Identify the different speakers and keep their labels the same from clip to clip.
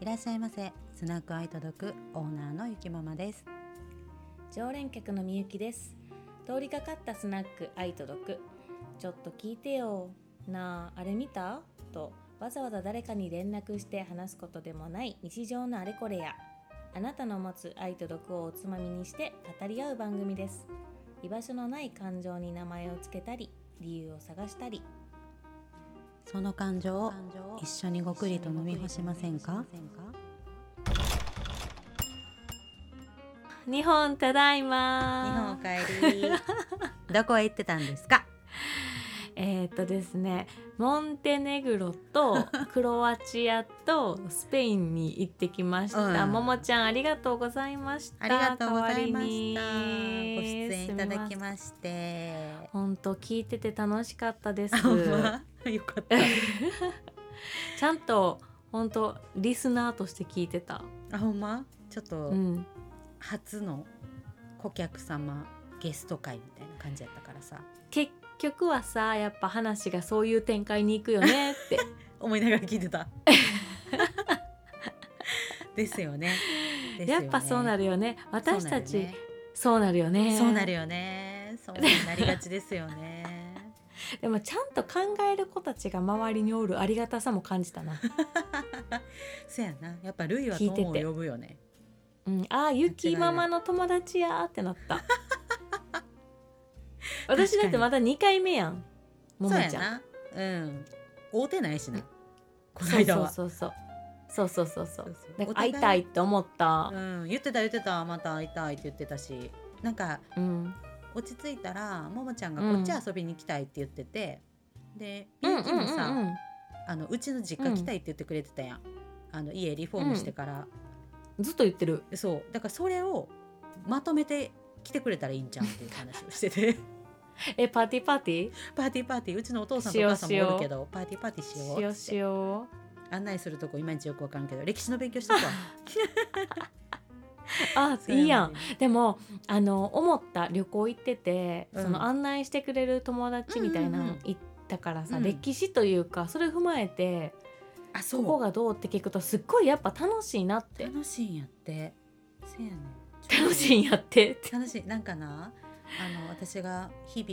Speaker 1: いらっしゃいませスナックアイ届くオーナーのゆきママです
Speaker 2: 常連客のみゆきです通りかかったスナック愛と毒ちょっと聞いてよなああれ見たとわざわざ誰かに連絡して話すことでもない日常のあれこれやあなたの持つ愛と毒をおつまみにして語り合う番組です居場所のない感情に名前をつけたり理由を探したり
Speaker 1: その感情を一緒にごくりと飲み干しませんか
Speaker 2: 日本ただ
Speaker 1: 日
Speaker 2: い
Speaker 1: 本お
Speaker 2: ま
Speaker 1: かえり どこへ行ってたんですか
Speaker 2: えー、っとですねモンテネグロ とクロアチアとスペインに行ってきました、
Speaker 1: うん
Speaker 2: ももちゃんありがとうございました
Speaker 1: ありがとうございました
Speaker 2: 代わりに
Speaker 1: ご出演いただき
Speaker 2: す
Speaker 1: まして
Speaker 2: みま本当聞いてて楽しかったです
Speaker 1: よかった
Speaker 2: ちゃんと本当リスナーとして聞いてた
Speaker 1: あほんまちょっと
Speaker 2: うん
Speaker 1: 初の顧客様ゲスト会みたいな感じやったからさ
Speaker 2: 結局はさやっぱ話がそういう展開に行くよねって
Speaker 1: 思いながら聞いて たですよね
Speaker 2: やっぱそうな
Speaker 1: る
Speaker 2: るよね私たちそうなるよね
Speaker 1: そうなるよねそうなりがちですよ ね
Speaker 2: でもちゃんと考える子たちが周りにおるありがたさも感じた な。
Speaker 1: そうやなやっぱルイは
Speaker 2: 聞いてて
Speaker 1: 友を呼ぶよね
Speaker 2: うん、ああ、ゆきママの友達やーって なった。私だってまだ2回目やん。もも
Speaker 1: そうや
Speaker 2: ちゃん。
Speaker 1: なうん会うてないしなこの
Speaker 2: そう
Speaker 1: 間
Speaker 2: そう
Speaker 1: は
Speaker 2: そうそう。そうそうそうそ
Speaker 1: そう
Speaker 2: う
Speaker 1: そう。
Speaker 2: なん
Speaker 1: お
Speaker 2: か
Speaker 1: 互い
Speaker 2: 会いたいって思った
Speaker 1: う。ん言ってた言ってたまた会いたいって言ってたしなんか
Speaker 2: うん。
Speaker 1: 落ち着いたらももちゃんがこっち遊びに来たいって言ってて、で
Speaker 2: う
Speaker 1: み
Speaker 2: ん
Speaker 1: ゆきもさ、
Speaker 2: うんうんうん
Speaker 1: あのうちの実家来たいって言ってくれてたやん、あの家リフォームしてから、
Speaker 2: ずっと言ってる。
Speaker 1: そうだからそれをまとめて来てくれたらいいんじゃんっていう話をして て
Speaker 2: え、パーティーパーティー
Speaker 1: パーティーパーティーうちのお父さんとお母さんもおるけどパーティーパーティーしようっ
Speaker 2: しよう
Speaker 1: つっ
Speaker 2: してよ
Speaker 1: 案内するとこいまいちよくわからんけど歴史の勉強 してくわ
Speaker 2: う。あ、
Speaker 1: そう
Speaker 2: いいやん
Speaker 1: の。に
Speaker 2: でもあの思った旅行行ってて、
Speaker 1: うん
Speaker 2: その案内してくれる友達みたいな
Speaker 1: うんうんう
Speaker 2: の
Speaker 1: ん
Speaker 2: 行ったからさ、
Speaker 1: うん
Speaker 2: 歴史というかそれを踏まえて
Speaker 1: あそ
Speaker 2: ここ
Speaker 1: う
Speaker 2: がどうって聞くとすっごいやっぱ楽しいなって
Speaker 1: 楽しいんやってせやねん
Speaker 2: 楽しいんやってって
Speaker 1: 楽しいなんかなあの私が日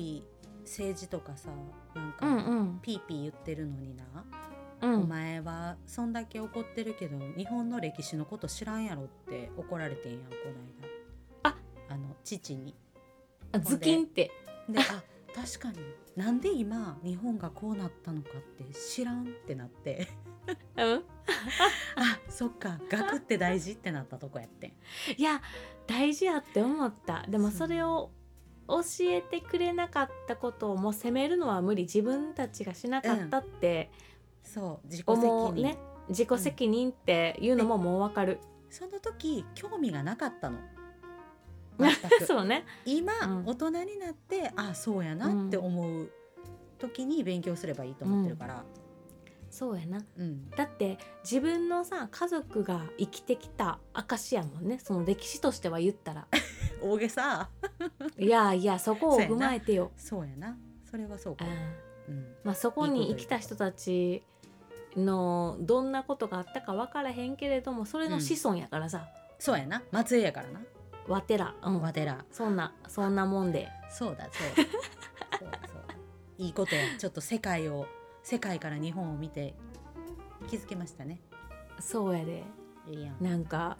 Speaker 1: 々政治とかさなん
Speaker 2: うんう
Speaker 1: か
Speaker 2: ん
Speaker 1: ピーピー言ってるのにな、
Speaker 2: う
Speaker 1: お
Speaker 2: ん
Speaker 1: 前はそんだけ怒ってるけど日本の歴史のこと知らんやろって怒られてんやんこの間
Speaker 2: あ
Speaker 1: あの父に
Speaker 2: あズキンって
Speaker 1: であ確かになんで今日本がこうなったのかって知らんってなって
Speaker 2: うん
Speaker 1: あ そっか学って大事ってなったとこやってん
Speaker 2: いや大事やって思ったでも
Speaker 1: そう
Speaker 2: それを教えてくれなかったことをもう責めるのは無理自分たちがしなかったって
Speaker 1: そう自己責
Speaker 2: 思う
Speaker 1: 任、
Speaker 2: ね、自己責任っていうのももうわかる、
Speaker 1: その時興味がなかったの 全く
Speaker 2: そうね
Speaker 1: 今、
Speaker 2: うん
Speaker 1: 大人になってあそうやなって思う時に勉強すればいいと思ってるから、
Speaker 2: そうやな
Speaker 1: うん
Speaker 2: だって自分のさ家族が生きてきた証やもんねその歴史としては言った ら
Speaker 1: 大げさ
Speaker 2: いやいやそこを踏まえてよ
Speaker 1: そうやなそれはそうか
Speaker 2: そ,、
Speaker 1: も、
Speaker 2: うん
Speaker 1: うん、
Speaker 2: まあ、そこに生きた人たちのどんなことがあったか分からへんけれどもそれの子孫やからさ、
Speaker 1: そうやな松江やからな
Speaker 2: わてら、うん、
Speaker 1: 和寺
Speaker 2: そんなそんなもんで
Speaker 1: そうだそう だそうだそうだいいことやちょっと世界を世界から日本を見て気づけましたね
Speaker 2: そうやで
Speaker 1: いいやん
Speaker 2: なんか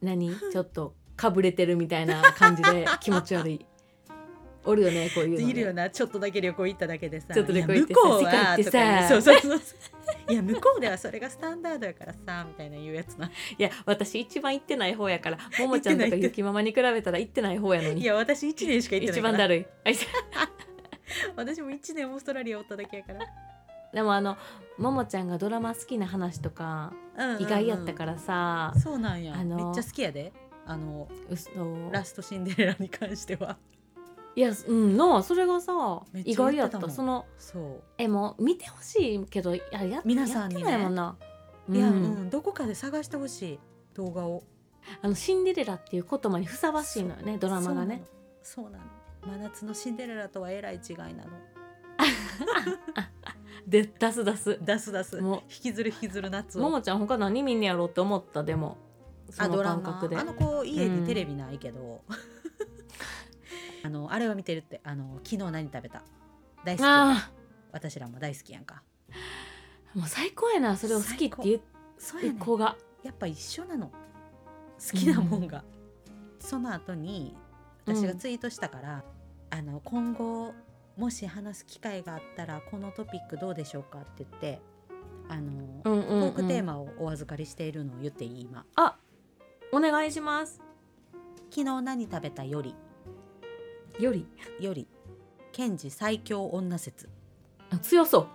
Speaker 2: 何ちょっとかぶれてるみたいな感じで気持ち悪 いおるよねこういうのね
Speaker 1: いるよなちょっとだけ旅行行っただけでさ
Speaker 2: ちょっと旅行行って
Speaker 1: い
Speaker 2: さ
Speaker 1: や向こうはとか言
Speaker 2: 世界ってさ
Speaker 1: うそうそうそういや向こうではそれがスタンダードやからさみたいな言うやつない
Speaker 2: や私一番行ってない方や からももちゃんとかゆきママに比べたら行ってない方やの
Speaker 1: い
Speaker 2: に
Speaker 1: や私1年しか行ってな
Speaker 2: 一
Speaker 1: いか
Speaker 2: 番
Speaker 1: ら
Speaker 2: だるいあいつ
Speaker 1: 私も1年オーストラリアおっただけやから、
Speaker 2: でもあのももちゃんがドラマ好きな話とか
Speaker 1: うんうんうん
Speaker 2: 意外やったからさ、
Speaker 1: そうなんや、
Speaker 2: あの
Speaker 1: めっちゃ好きやであの
Speaker 2: うそ
Speaker 1: ラストシンデレラに関してはい
Speaker 2: やうんなあそれがさ
Speaker 1: めっ
Speaker 2: 意
Speaker 1: ちゃ
Speaker 2: 外
Speaker 1: 言
Speaker 2: や
Speaker 1: っ
Speaker 2: って
Speaker 1: たもん
Speaker 2: たその
Speaker 1: そう
Speaker 2: えもう見てほしいけどやや
Speaker 1: 皆さんにね
Speaker 2: やってないもんな。
Speaker 1: いや、う
Speaker 2: うん
Speaker 1: んどこかで探してほしい動画を
Speaker 2: あのシンデレラっていう言葉にふさわしいのよねドラマがね
Speaker 1: そうなのそうなの真夏のシンデレラとはえらい違いなの
Speaker 2: で出す出す
Speaker 1: 出す出す
Speaker 2: もう
Speaker 1: 引きずる引きずる夏
Speaker 2: も
Speaker 1: を
Speaker 2: もちゃん他何見んねやろうって思ったでもそ
Speaker 1: あド
Speaker 2: の
Speaker 1: ラ
Speaker 2: 感
Speaker 1: マ
Speaker 2: 覚で
Speaker 1: あの子家
Speaker 2: う
Speaker 1: に
Speaker 2: ん
Speaker 1: テレビないけど、 あのあれを見てるってあの昨日何食べた大好きやん
Speaker 2: あ
Speaker 1: 私らも大好きやんか
Speaker 2: ーもう最高やなそれを好きって言
Speaker 1: そう
Speaker 2: う
Speaker 1: やねん
Speaker 2: 子が
Speaker 1: やっぱ一緒なの好きなもんが、その後に私がツイートしたから、あの今後もし話す機会があったらこのトピックどうでしょうかって言ってあの、
Speaker 2: うんうんう
Speaker 1: トー
Speaker 2: ん
Speaker 1: クテーマをお預かりしているのを言っていい今
Speaker 2: あお願いします
Speaker 1: 昨日何食べたより
Speaker 2: より
Speaker 1: よりケンジ最強女 説
Speaker 2: あ強そう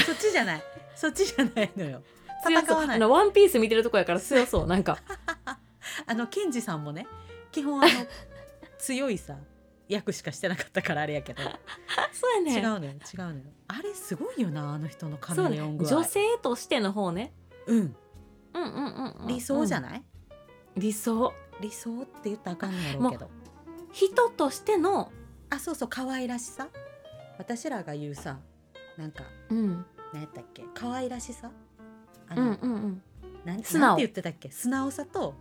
Speaker 1: そっちじゃないそっちじゃないのよ
Speaker 2: 強そ
Speaker 1: 戦
Speaker 2: う
Speaker 1: わな
Speaker 2: あ
Speaker 1: い
Speaker 2: のワンピース見てるとこやから強そうなん か
Speaker 1: あのケンジさんもね基本あ の強いさ役しかしてなかったからあれやけど
Speaker 2: そうやね
Speaker 1: 違うのよ違うのよあれすごいよなあの人のカメ
Speaker 2: そう
Speaker 1: レオ
Speaker 2: ね
Speaker 1: ン具合
Speaker 2: 女性としての方ね
Speaker 1: うん
Speaker 2: うんうんうんうん
Speaker 1: 理想じゃ
Speaker 2: い、
Speaker 1: ない、
Speaker 2: うん理想
Speaker 1: 理想って言ったらあかんのやろうけど
Speaker 2: 人としての
Speaker 1: あそうそう可愛らしさ私らが言うさなんか
Speaker 2: うん
Speaker 1: 何やったっけ可愛らしさあ
Speaker 2: う
Speaker 1: の、
Speaker 2: んうんうん
Speaker 1: なん
Speaker 2: 素直
Speaker 1: なんて言ってたっけ素直さと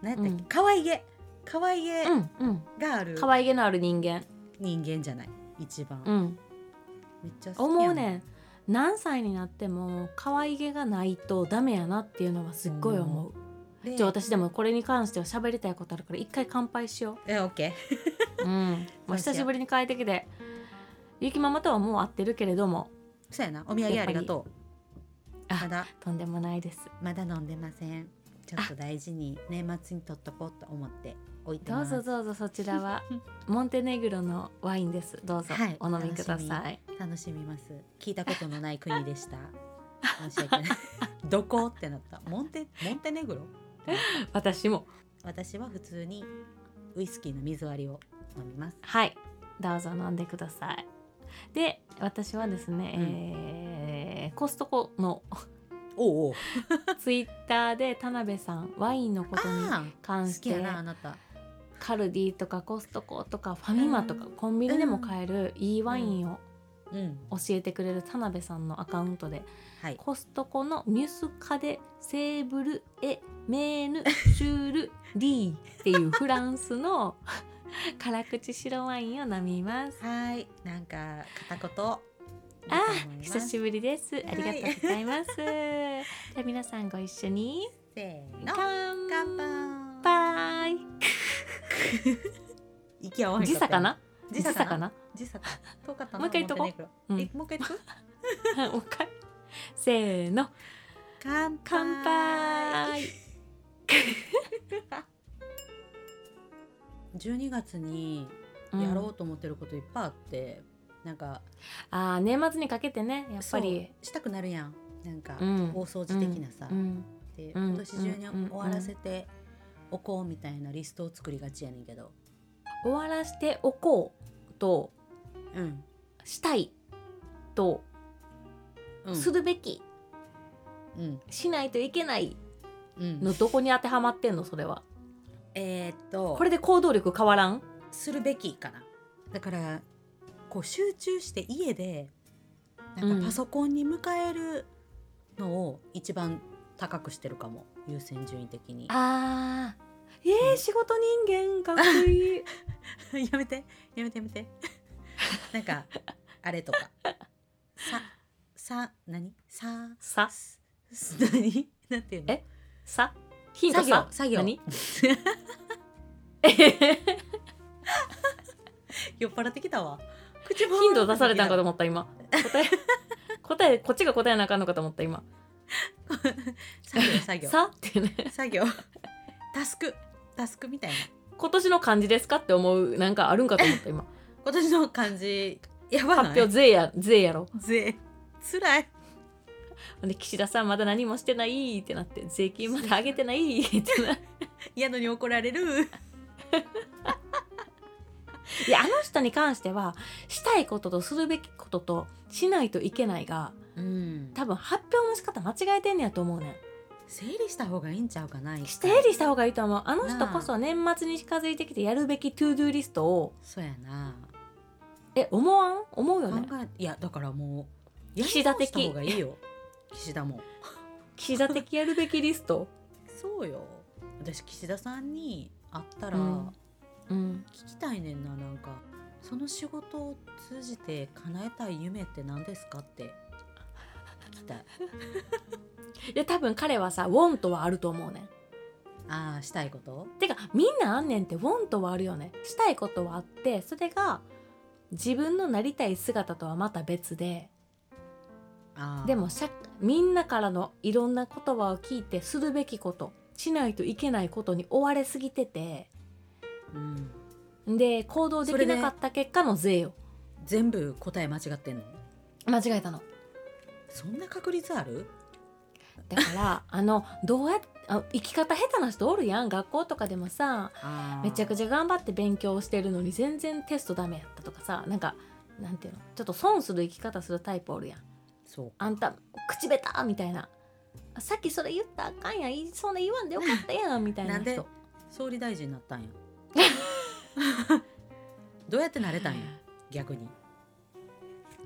Speaker 1: 何やったっけ、
Speaker 2: うん
Speaker 1: 可愛げ可愛げ
Speaker 2: うんうん
Speaker 1: がある
Speaker 2: 可愛げのある人間
Speaker 1: 人間じゃない一番、
Speaker 2: うん
Speaker 1: めっちゃ好きや
Speaker 2: 思
Speaker 1: ん
Speaker 2: うねん何歳になっても可愛げがないとダメやなっていうのはすっごい思う、
Speaker 1: で
Speaker 2: じゃあ私でもこれに関しては喋りたいことあるから一回乾杯しよ
Speaker 1: えオッケ
Speaker 2: う、うん、もう久しぶりに快適でゆきママとはもう会ってるけれども
Speaker 1: ーそうやなお土産ありがとう
Speaker 2: やっぱ
Speaker 1: まだ
Speaker 2: とんでもないです
Speaker 1: まだ飲んでませんちょっと大事に年末に取っとこうと思って置いて
Speaker 2: ど
Speaker 1: ま
Speaker 2: う
Speaker 1: す
Speaker 2: ぞどうぞそちらは モンテネグロのワインですどうぞ
Speaker 1: はい
Speaker 2: お飲みください、
Speaker 1: 楽しみます聞いたことのない国でした申し訳ない どこってなったモンテモンテネグロ
Speaker 2: 私も
Speaker 1: 私は普通にウイスキーの水割りを飲みます
Speaker 2: はいどうぞ飲んでくださいで私はですね、
Speaker 1: うん
Speaker 2: えーコストコの
Speaker 1: おうおう
Speaker 2: ツイッターで田辺さんワインのことに
Speaker 1: ああ
Speaker 2: 関
Speaker 1: 好
Speaker 2: し
Speaker 1: き
Speaker 2: て
Speaker 1: やなあなた
Speaker 2: カルディとかコストコとかファミマとかコンビニでも買えるいいワインを
Speaker 1: うん
Speaker 2: 教えてくれる田辺さんのアカウントで
Speaker 1: はい
Speaker 2: コストコのミュスカデセーブルエメーヌシュールディっていうフランスの 辛口白ワインを飲みます。
Speaker 1: はいなんか片言あ
Speaker 2: あー久しぶりです。
Speaker 1: い
Speaker 2: ありがとうございます。じゃあ皆さんご一緒に
Speaker 1: せーの
Speaker 2: 乾
Speaker 1: 乾杯
Speaker 2: 杯。
Speaker 1: 息合わへん
Speaker 2: 時
Speaker 1: った
Speaker 2: 差かな？
Speaker 1: 時差
Speaker 2: 時差
Speaker 1: か
Speaker 2: か
Speaker 1: な
Speaker 2: な
Speaker 1: 時差か遠かったな
Speaker 2: もう一回言っとこ
Speaker 1: モンテネグ
Speaker 2: う
Speaker 1: ロ
Speaker 2: ん
Speaker 1: えもう一回 言っとく
Speaker 2: もう一回せーの
Speaker 1: 乾杯
Speaker 2: 乾杯
Speaker 1: 12月にやろうと思ってることいっぱいあって、なんか
Speaker 2: うんあー年末にかけてねやっぱり
Speaker 1: そうしたくなるやんなんか、
Speaker 2: うん
Speaker 1: 大掃除的なさ、
Speaker 2: うん
Speaker 1: で
Speaker 2: うん
Speaker 1: 今年中に
Speaker 2: うん
Speaker 1: 終わらせておこうみたいなリストを作りがちやねんけど、
Speaker 2: 終わらしておこうと
Speaker 1: うん
Speaker 2: したいと
Speaker 1: うん、
Speaker 2: するべき、
Speaker 1: うん
Speaker 2: しないといけない
Speaker 1: うん
Speaker 2: のどこに当てはまってんのそれは
Speaker 1: えーっと
Speaker 2: これで行動力変わらん
Speaker 1: するべきかなだからこう集中して家でなんかパソコンに向かえるのを一番高くしてるかも優先順位的に
Speaker 2: あーえー仕事人間かっこい い
Speaker 1: やめてやめてやめて なんかあれとかささ何さ
Speaker 2: さ
Speaker 1: す何 なんていうの
Speaker 2: えさヒント
Speaker 1: 作業
Speaker 2: さ
Speaker 1: 作業
Speaker 2: 何
Speaker 1: 酔っ払ってきた わ口も
Speaker 2: 頻度出されたんかと思った今答え答えこっちが答えなあかんのかと思った今
Speaker 1: 作業作業
Speaker 2: さってね
Speaker 1: 作 業タスクタスクみたいな
Speaker 2: 今年の漢字ですかって思うなんかあるんかと思った今
Speaker 1: 今年の漢字やば
Speaker 2: 発
Speaker 1: ない
Speaker 2: 表税や税やろ
Speaker 1: ぜつらい
Speaker 2: で岸田さんまだ何もしてないってなって税金まだ上げてないってな
Speaker 1: 嫌のに怒られる
Speaker 2: いやあの人に関してはしたいこととするべきこととしないといけないが
Speaker 1: うん
Speaker 2: 多分発表の仕方間違えてんねやと思うねん
Speaker 1: 整理した方がいいんちゃうかな
Speaker 2: 整理した方がいいと思うあの人こそ年末に近づいてきてやるべきトゥードゥーリストを
Speaker 1: そうやな
Speaker 2: え思わん思うよ
Speaker 1: 考
Speaker 2: ね
Speaker 1: えいやだからもうやり
Speaker 2: 岸田的
Speaker 1: 直した方がいいよ 岸田も
Speaker 2: 岸田的やるべきリスト
Speaker 1: そうよ私岸田さんに会ったら
Speaker 2: うんうん
Speaker 1: 聞きたいねんななんかその仕事を通じて叶えたい夢って何ですかって聞きたい
Speaker 2: で多分彼はさ「ウォント」はあると思うねん
Speaker 1: ああしたいこと
Speaker 2: てかみんなあんねんってウォントはあるよねしたいことはあってそれが自分のなりたい姿とはまた別で
Speaker 1: あー
Speaker 2: でも社みんなからのいろんな言葉を聞いてするべきことしないといけないことに追われすぎてて
Speaker 1: うん、
Speaker 2: で行動できなかった結果の税よ、
Speaker 1: 全部答え間違ってんの
Speaker 2: 間違えたの
Speaker 1: そんな確率ある
Speaker 2: だから あのどうやっあ生き方下手な人おるやん学校とかでもさめちゃく
Speaker 1: ち
Speaker 2: ちゃ頑張って勉強してるのに全然テストダメやったとかさなんかなんていうのちょっと損する生き方するタイプおるやん
Speaker 1: そう
Speaker 2: あんた口下手みたいなあさっきそれ言ったらあかんやんいそんな言わんでよかったやんみたいな
Speaker 1: なんで
Speaker 2: 人
Speaker 1: 総理大臣にな ったんやどうやってなれたんや逆に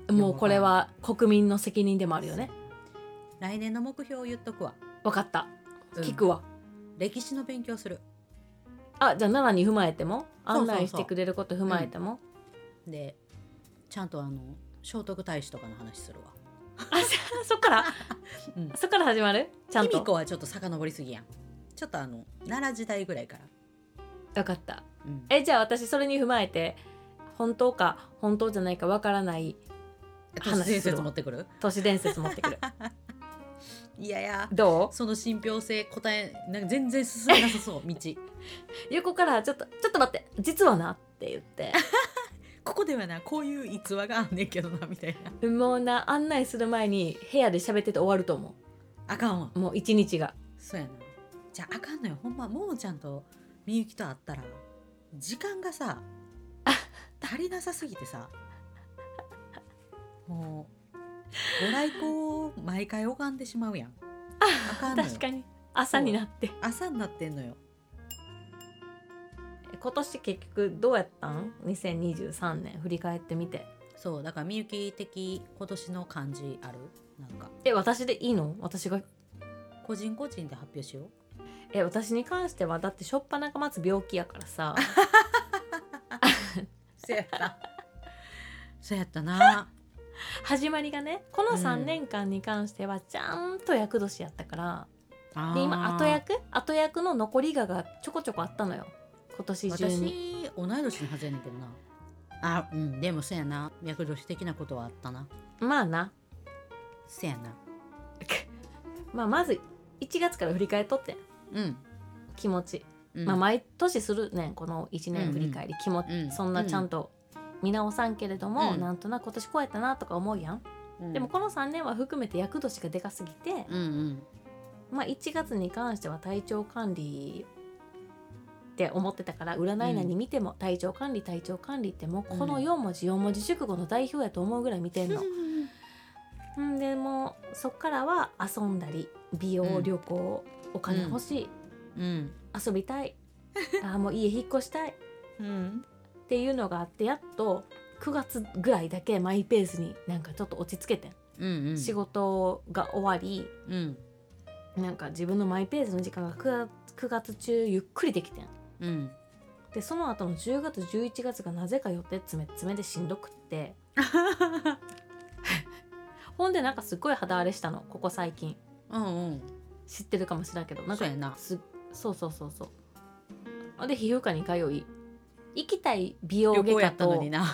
Speaker 2: もうこれは国民の責任でもあるよね
Speaker 1: 来年の目標を言っとくわ、
Speaker 2: 分かった
Speaker 1: うん
Speaker 2: 聞くわ、
Speaker 1: 歴史の勉強する
Speaker 2: あじゃあ7に踏まえても
Speaker 1: そうそう
Speaker 2: 案
Speaker 1: そう
Speaker 2: 内してくれること踏まえても
Speaker 1: でちゃんとあの聖徳太子とかの話するわ、
Speaker 2: あ そっから
Speaker 1: うん、
Speaker 2: そっから始まるちゃん
Speaker 1: 卑弥呼
Speaker 2: と
Speaker 1: はちょっと遡りすぎやんちょっとあの奈良時代ぐらいから、
Speaker 2: 分かった
Speaker 1: うん、
Speaker 2: えじゃあ私それに踏まえて本当か本当じゃないかわからない
Speaker 1: 都市伝
Speaker 2: 話する
Speaker 1: 説
Speaker 2: わ
Speaker 1: 持ってくる
Speaker 2: 都市伝説持って くる
Speaker 1: いやいや
Speaker 2: ど
Speaker 1: その信憑性答えなんか全然進んでなさそう 道
Speaker 2: う横からちょっと「ちょっと待って実はな」って言って
Speaker 1: ここではなこういう逸話があんねんけどなみたいな
Speaker 2: もうな案内する前に部屋で喋ってて終わると思
Speaker 1: あかんわ
Speaker 2: うもう一日が
Speaker 1: そうやなじゃああかんのよほんまももちゃんとみゆきと会ったら時間が さ足りなさすぎてさもうご来光を毎回拝んでしまうやんあかんのよ
Speaker 2: 確かに朝になって
Speaker 1: 朝になってんのよ
Speaker 2: 今年結局どうやったん2023年振り返ってみて
Speaker 1: そうだからみゆき的今年の感じあるなんか
Speaker 2: え私でいいの私が
Speaker 1: 個人個人で発表しよう
Speaker 2: え私に関してはだってしょっぱながまず病気やから さ
Speaker 1: そうや ったそうやったな
Speaker 2: 始まりがねこの
Speaker 1: うん
Speaker 2: 3年間に関してはちゃんと厄年やったから、
Speaker 1: あー
Speaker 2: で今後役後役の残りががちょこちょこあったのよ今年中に
Speaker 1: 私同い年のはずやねんけどなあうんでもそうやな厄年的なことはあったな
Speaker 2: まあな、
Speaker 1: そうやな
Speaker 2: まあ、まず1月から振り返っとってん
Speaker 1: うん、
Speaker 2: 気持ち、
Speaker 1: うん、
Speaker 2: まあ毎年するねんこの1年振り返り、気持ち、
Speaker 1: うん
Speaker 2: そんなちゃんと見直さんけれども、
Speaker 1: うん
Speaker 2: なんとなく今年こうやったなとか思うやん、
Speaker 1: うん
Speaker 2: でもこの3年は含めて厄年がでかすぎて、
Speaker 1: うんうん
Speaker 2: まあ、1月に関しては体調管理って思ってたから占い何見ても体調管理体調管理ってもうこの4文字4文字熟語の代表やと思うぐらい見てんの。んでもうそっからは遊んだり美
Speaker 1: う
Speaker 2: 容
Speaker 1: ん
Speaker 2: 旅行お金欲しい、
Speaker 1: うん
Speaker 2: 遊びたいあーもう家引っ越したい
Speaker 1: うん
Speaker 2: っていうのがあってやっと9月ぐらいだけマイペースになんかちょっと落ち着けてん、
Speaker 1: うんうん
Speaker 2: 仕事が終わり
Speaker 1: うん
Speaker 2: なんか自分のマイペースの時間が 9, 9月中ゆっくりできてん
Speaker 1: うん
Speaker 2: でその後の10月11月がなぜか予定詰め詰めでしんどくってほんでなんかすっごい肌荒れしたのここ最近
Speaker 1: うんうん
Speaker 2: 知ってるかもしれないけどなんか
Speaker 1: そうやな
Speaker 2: すそうそうそうそうで皮膚科に通い行きたい美容
Speaker 1: 旅
Speaker 2: 外
Speaker 1: 行や
Speaker 2: 科
Speaker 1: ったの
Speaker 2: と
Speaker 1: にな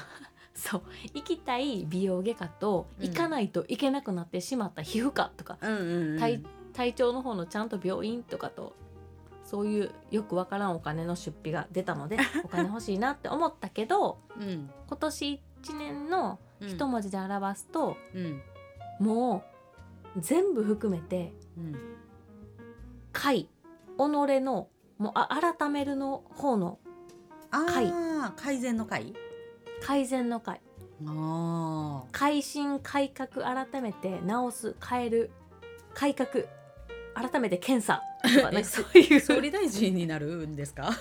Speaker 2: そう行きたい美容外科と
Speaker 1: うん
Speaker 2: 行かないといけなくなってしまった皮膚科とか、
Speaker 1: うんうん、うん、
Speaker 2: 体体調の方のちゃんと病院とかとそういうよくわからんお金の出費が出たのでお金欲しいなって思ったけど
Speaker 1: うん
Speaker 2: 今年1年の
Speaker 1: うん
Speaker 2: 一文字で表すと、
Speaker 1: うん
Speaker 2: もう全部含めて
Speaker 1: うん
Speaker 2: 「解」己のもうあ改めるの方の
Speaker 1: あ
Speaker 2: 会
Speaker 1: あ改善の会
Speaker 2: 改善の解
Speaker 1: あ
Speaker 2: 改新改革改めて直す変える改革改めて検査と かなん
Speaker 1: え
Speaker 2: かそうい
Speaker 1: あ総
Speaker 2: う
Speaker 1: 理大臣になるんですか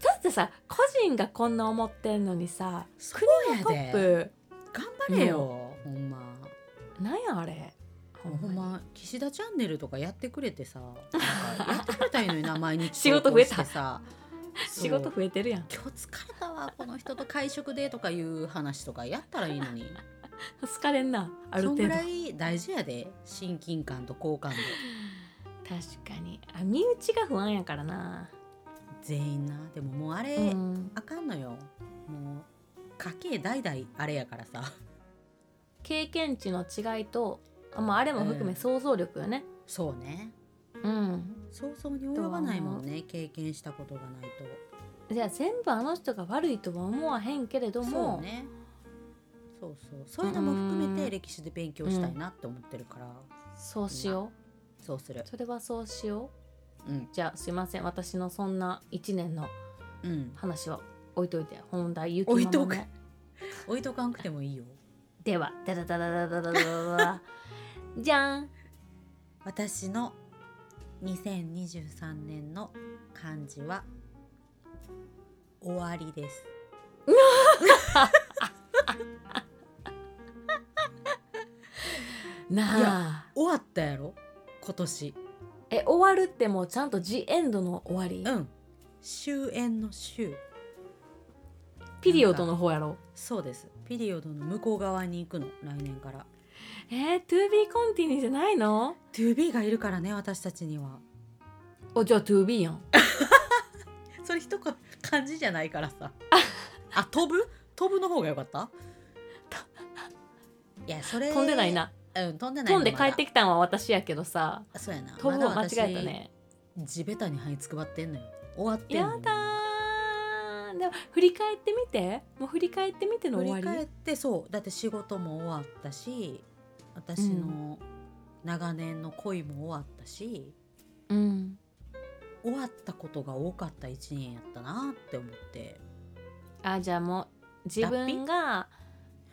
Speaker 2: だってさ個人がこんな思ってんのにさ
Speaker 1: そうや
Speaker 2: ト
Speaker 1: で
Speaker 2: ップ
Speaker 1: 頑張れよ、ほんま
Speaker 2: なんやあれ
Speaker 1: ほんま岸田チャンネルとかやってくれ てさなんかやってくれたらいいのにな毎日
Speaker 2: 仕事増え
Speaker 1: 投
Speaker 2: た
Speaker 1: 稿して さ
Speaker 2: 仕事
Speaker 1: そう
Speaker 2: 増えてるやん
Speaker 1: 今日疲れたわこの人と会食でとかいう話とかやったらいいの に
Speaker 2: 疲れんなある
Speaker 1: そん
Speaker 2: 程
Speaker 1: ぐ
Speaker 2: 度
Speaker 1: らい大事やで親近感と好感度
Speaker 2: 確かにあ身内が不安やからな、
Speaker 1: 全員なでももうあれ、
Speaker 2: うん
Speaker 1: あかんのよもう家計代々あれやからさ
Speaker 2: 経験値の違いとあ,、まあ、あれも含
Speaker 1: うん
Speaker 2: め想像力よね
Speaker 1: そうね
Speaker 2: うん、
Speaker 1: 想像に及ばないもんね経験したことがないと
Speaker 2: じゃあ全部あの人が悪いとは思わへんけれど
Speaker 1: そ
Speaker 2: も
Speaker 1: うねそうそうそういうのも含め
Speaker 2: う
Speaker 1: て
Speaker 2: ん
Speaker 1: 歴史で勉強したいなって思ってるから、
Speaker 2: そうしよ
Speaker 1: そうする
Speaker 2: うそれはそうしよ
Speaker 1: うん
Speaker 2: うじゃあすいません私のそんな1年の
Speaker 1: うん
Speaker 2: 話は置いといて本題ゆき
Speaker 1: 置い
Speaker 2: ま
Speaker 1: と
Speaker 2: ま
Speaker 1: く
Speaker 2: ね
Speaker 1: 置いとかんくてもいいよ
Speaker 2: ではダダダダダダダダダ ダじゃん
Speaker 1: 私の2023年の漢字は終わりですい
Speaker 2: なあ
Speaker 1: 終わったやろ今年
Speaker 2: え終わるってもうちゃんとジエンドの終わり、
Speaker 1: うん終焉の終
Speaker 2: ピリオドの方やろ
Speaker 1: そうですピリオドの向こう側に行くの来年から
Speaker 2: えー、to be continue じゃないの
Speaker 1: 2B がいるからね私たちには
Speaker 2: おじゃあ to be やん
Speaker 1: それ一言漢字じゃないから さあ飛ぶ飛ぶの方が良かったいやそれ
Speaker 2: 飛んでないな、
Speaker 1: うん飛んでない
Speaker 2: 飛んで帰って
Speaker 1: き
Speaker 2: きたんは私やけどさ
Speaker 1: そうやな
Speaker 2: 飛ぶ
Speaker 1: ま
Speaker 2: を
Speaker 1: だ
Speaker 2: 間違
Speaker 1: 私
Speaker 2: えたね、
Speaker 1: 地べたに這いつくばってんのよ終わってん
Speaker 2: や
Speaker 1: のよ
Speaker 2: だーでも振り返ってみてもう振り返ってみての
Speaker 1: 振
Speaker 2: 終
Speaker 1: り
Speaker 2: わ
Speaker 1: 返
Speaker 2: り
Speaker 1: ってそうだって仕事も終わったし私の長年の恋も終わったし、
Speaker 2: うん
Speaker 1: 終わったことが多かった一年やったなって思って
Speaker 2: あじゃあもう自分が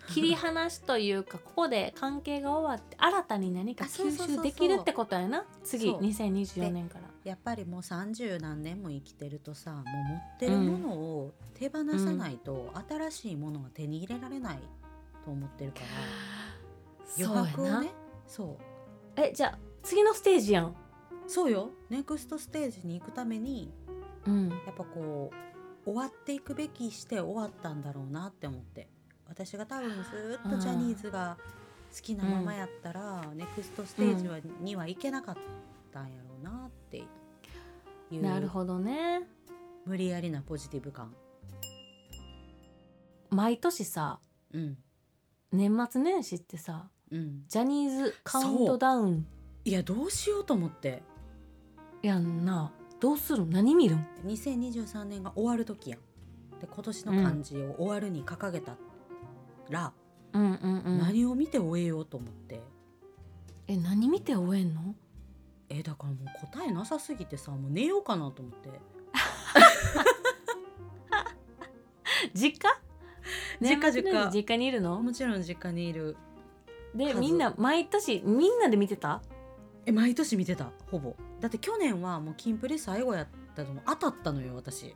Speaker 2: 切り離しというかここで関係が終わって新たに何か
Speaker 1: あそう
Speaker 2: 吸
Speaker 1: そうそうそう
Speaker 2: 収できるってことやな次
Speaker 1: そう
Speaker 2: 2024年から
Speaker 1: やっぱりもう30何年も生きてるとさもう持ってるものを手放さないと新しいものは手に入れられないと思ってるから、
Speaker 2: そうやな、
Speaker 1: そう
Speaker 2: えじゃあ次のステージやん
Speaker 1: そうよネクストステージに行くために
Speaker 2: うん
Speaker 1: やっぱこう終わっていくべきして終わったんだろうなって思って私が多分ずっとジャニーズが好きなままやったら、ネクストステージは、には行けなかったんやろうなっていう
Speaker 2: なるほどね
Speaker 1: 無理やりなポジティブ感
Speaker 2: 毎年さ
Speaker 1: うん
Speaker 2: 年末年始ってさ
Speaker 1: うん
Speaker 2: ジャニーズカウントダウン
Speaker 1: いやどうしようと思って
Speaker 2: やんなどうするん何見るん
Speaker 1: 2023年が終わる時やんで今年の漢字を終わるに掲げたら、
Speaker 2: うんうんうん
Speaker 1: 何を見て終えようと思って、
Speaker 2: え何見て終えんの
Speaker 1: えだからもう答えなさすぎてさもう寝ようかなと思って
Speaker 2: 実家
Speaker 1: 実家
Speaker 2: 年末年始実家にいるの
Speaker 1: もちろん実家にいる家
Speaker 2: で
Speaker 1: 族
Speaker 2: みんな毎年みんなで見てた
Speaker 1: え毎年見てたほぼだって去年はもうキンプリ最後やったのも当たったのよ私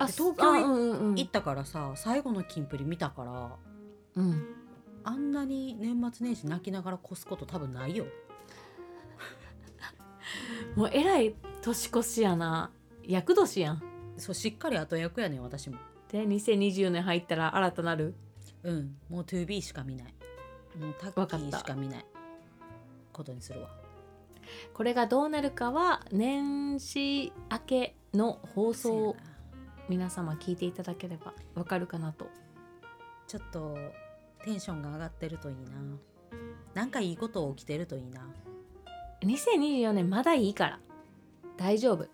Speaker 2: あ
Speaker 1: で
Speaker 2: そう
Speaker 1: 東京
Speaker 2: あ
Speaker 1: い
Speaker 2: うんうん
Speaker 1: 行ったからさ最後のキンプリ見たから
Speaker 2: うん
Speaker 1: あんなに年末年始泣きながら越すこと多分ないよ
Speaker 2: もうえらい年越しやな厄年やん
Speaker 1: そうしっかり後役やねん私も
Speaker 2: で2024年入ったら新たなる
Speaker 1: うんもう 2B しか見ないもうタッ
Speaker 2: わ
Speaker 1: キ
Speaker 2: かっ
Speaker 1: ー
Speaker 2: た
Speaker 1: しか見ないことにするわ
Speaker 2: これがどうなるかは年始明けの放送
Speaker 1: そうや
Speaker 2: を
Speaker 1: な
Speaker 2: 皆様聞いていただければわかるかなと
Speaker 1: ちょっとテンションが上がってるといいななんかいいこと起きてるといいな
Speaker 2: 2024年まだいいから大丈夫
Speaker 1: い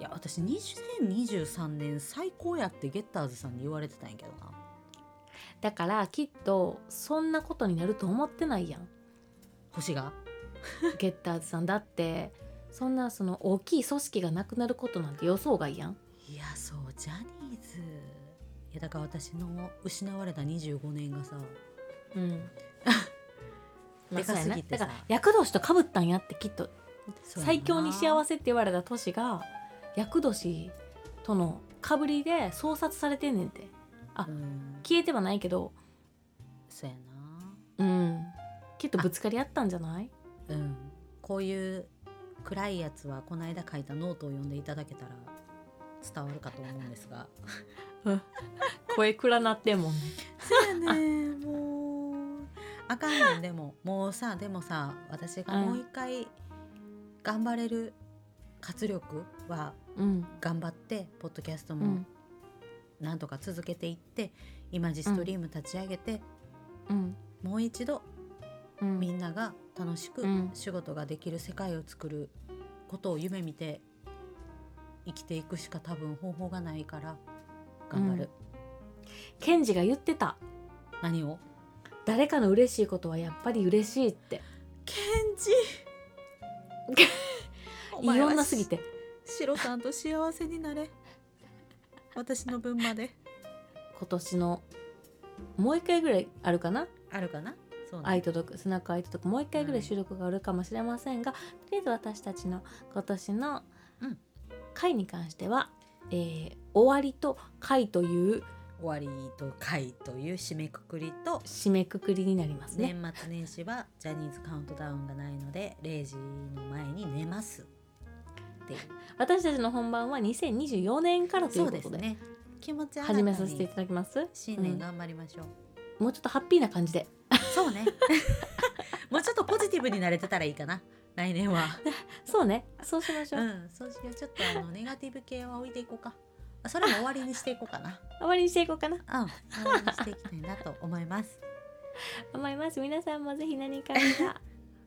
Speaker 1: や私2023年最高やってゲッターズさんに言われてたんやけどな
Speaker 2: だからきっとそんなことになると思ってない やん
Speaker 1: 星が
Speaker 2: ゲッターズさんだってそんなその大きい組織がなくなることなんて予想外やん
Speaker 1: いやそうジャニーズいやだから私の失われた25年がさ
Speaker 2: うん まあ
Speaker 1: でかすぎ
Speaker 2: そう
Speaker 1: てさ
Speaker 2: やなだから厄年とかぶったんやってきっと最強に幸
Speaker 1: せ
Speaker 2: せって言われた年が厄年とのかぶりで創殺されてんねんてあ
Speaker 1: うん
Speaker 2: 消えてはないけど
Speaker 1: そうやな
Speaker 2: うんきっとぶつかり合ったんじゃない
Speaker 1: うん、こういう暗いやつはこの間書いたノートを読んでいただけたら伝わるかと思うんですが
Speaker 2: 声暗なってんもんね
Speaker 1: そうやねもうあかんねんでももうさでもさ私がもう一回頑張れる活力は
Speaker 2: うん
Speaker 1: 頑張ってポッドキャスト
Speaker 2: う
Speaker 1: も
Speaker 2: ん
Speaker 1: なんとか続けていって、イマジストリーム立ち上げて、
Speaker 2: うん
Speaker 1: もう一度
Speaker 2: う
Speaker 1: み
Speaker 2: ん
Speaker 1: んなが楽しく
Speaker 2: うん
Speaker 1: 仕事ができる世界を作ることを夢見て生きていくしか多分方法がないから頑張る、
Speaker 2: ケンジが言ってた
Speaker 1: 何を
Speaker 2: 誰かの嬉しいことはやっぱり嬉しいって
Speaker 1: ケンジ
Speaker 2: いろんなすぎて
Speaker 1: シロさんと幸せになれ私の分まで
Speaker 2: 今年のもう一回ぐらいあるかな
Speaker 1: あるかなそう
Speaker 2: アイ
Speaker 1: ね
Speaker 2: ドルスナックアイドルとかもう一回ぐらい収録があるかもしれませんが、とりあえず私たちの今年の
Speaker 1: うん
Speaker 2: 回に関しては、えー終わりと回という
Speaker 1: 終わりと回という締めくくりと
Speaker 2: 締めくくりになりますね。
Speaker 1: 年末年始はジャニーズカウントダウンがないので0時の前に寝ますっていう
Speaker 2: 私たちの本番は2024年からとい
Speaker 1: そうう
Speaker 2: こ
Speaker 1: です
Speaker 2: とで
Speaker 1: ね気持ち新た
Speaker 2: 始
Speaker 1: に
Speaker 2: めさせていただきます。
Speaker 1: 新年頑張りましょう、
Speaker 2: もうちょっとハッピーな感じで
Speaker 1: そうね もうちょっとポジティブになれてたらいいかな来年は
Speaker 2: そうねそうしましょう、
Speaker 1: うんそうしようちょっとあのネガティブ系は置いていこうかあそれも終わりにしていこうかな
Speaker 2: 終わりにしていこうかな
Speaker 1: うん終わりにしていきたいなと思います
Speaker 2: 思います皆さんもぜひ何かし ら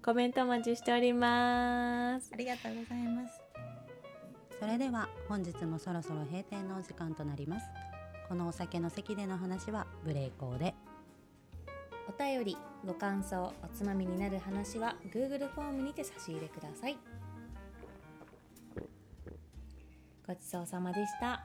Speaker 2: コメントお待ちしております
Speaker 1: ありがとうございます。それでは本日もそろそろ閉店のお時間となります。このお酒の席での話はブレイコーで。
Speaker 2: お便りご感想おつまみになる話は Google フォームにて差し入れくださいごちそうさまでした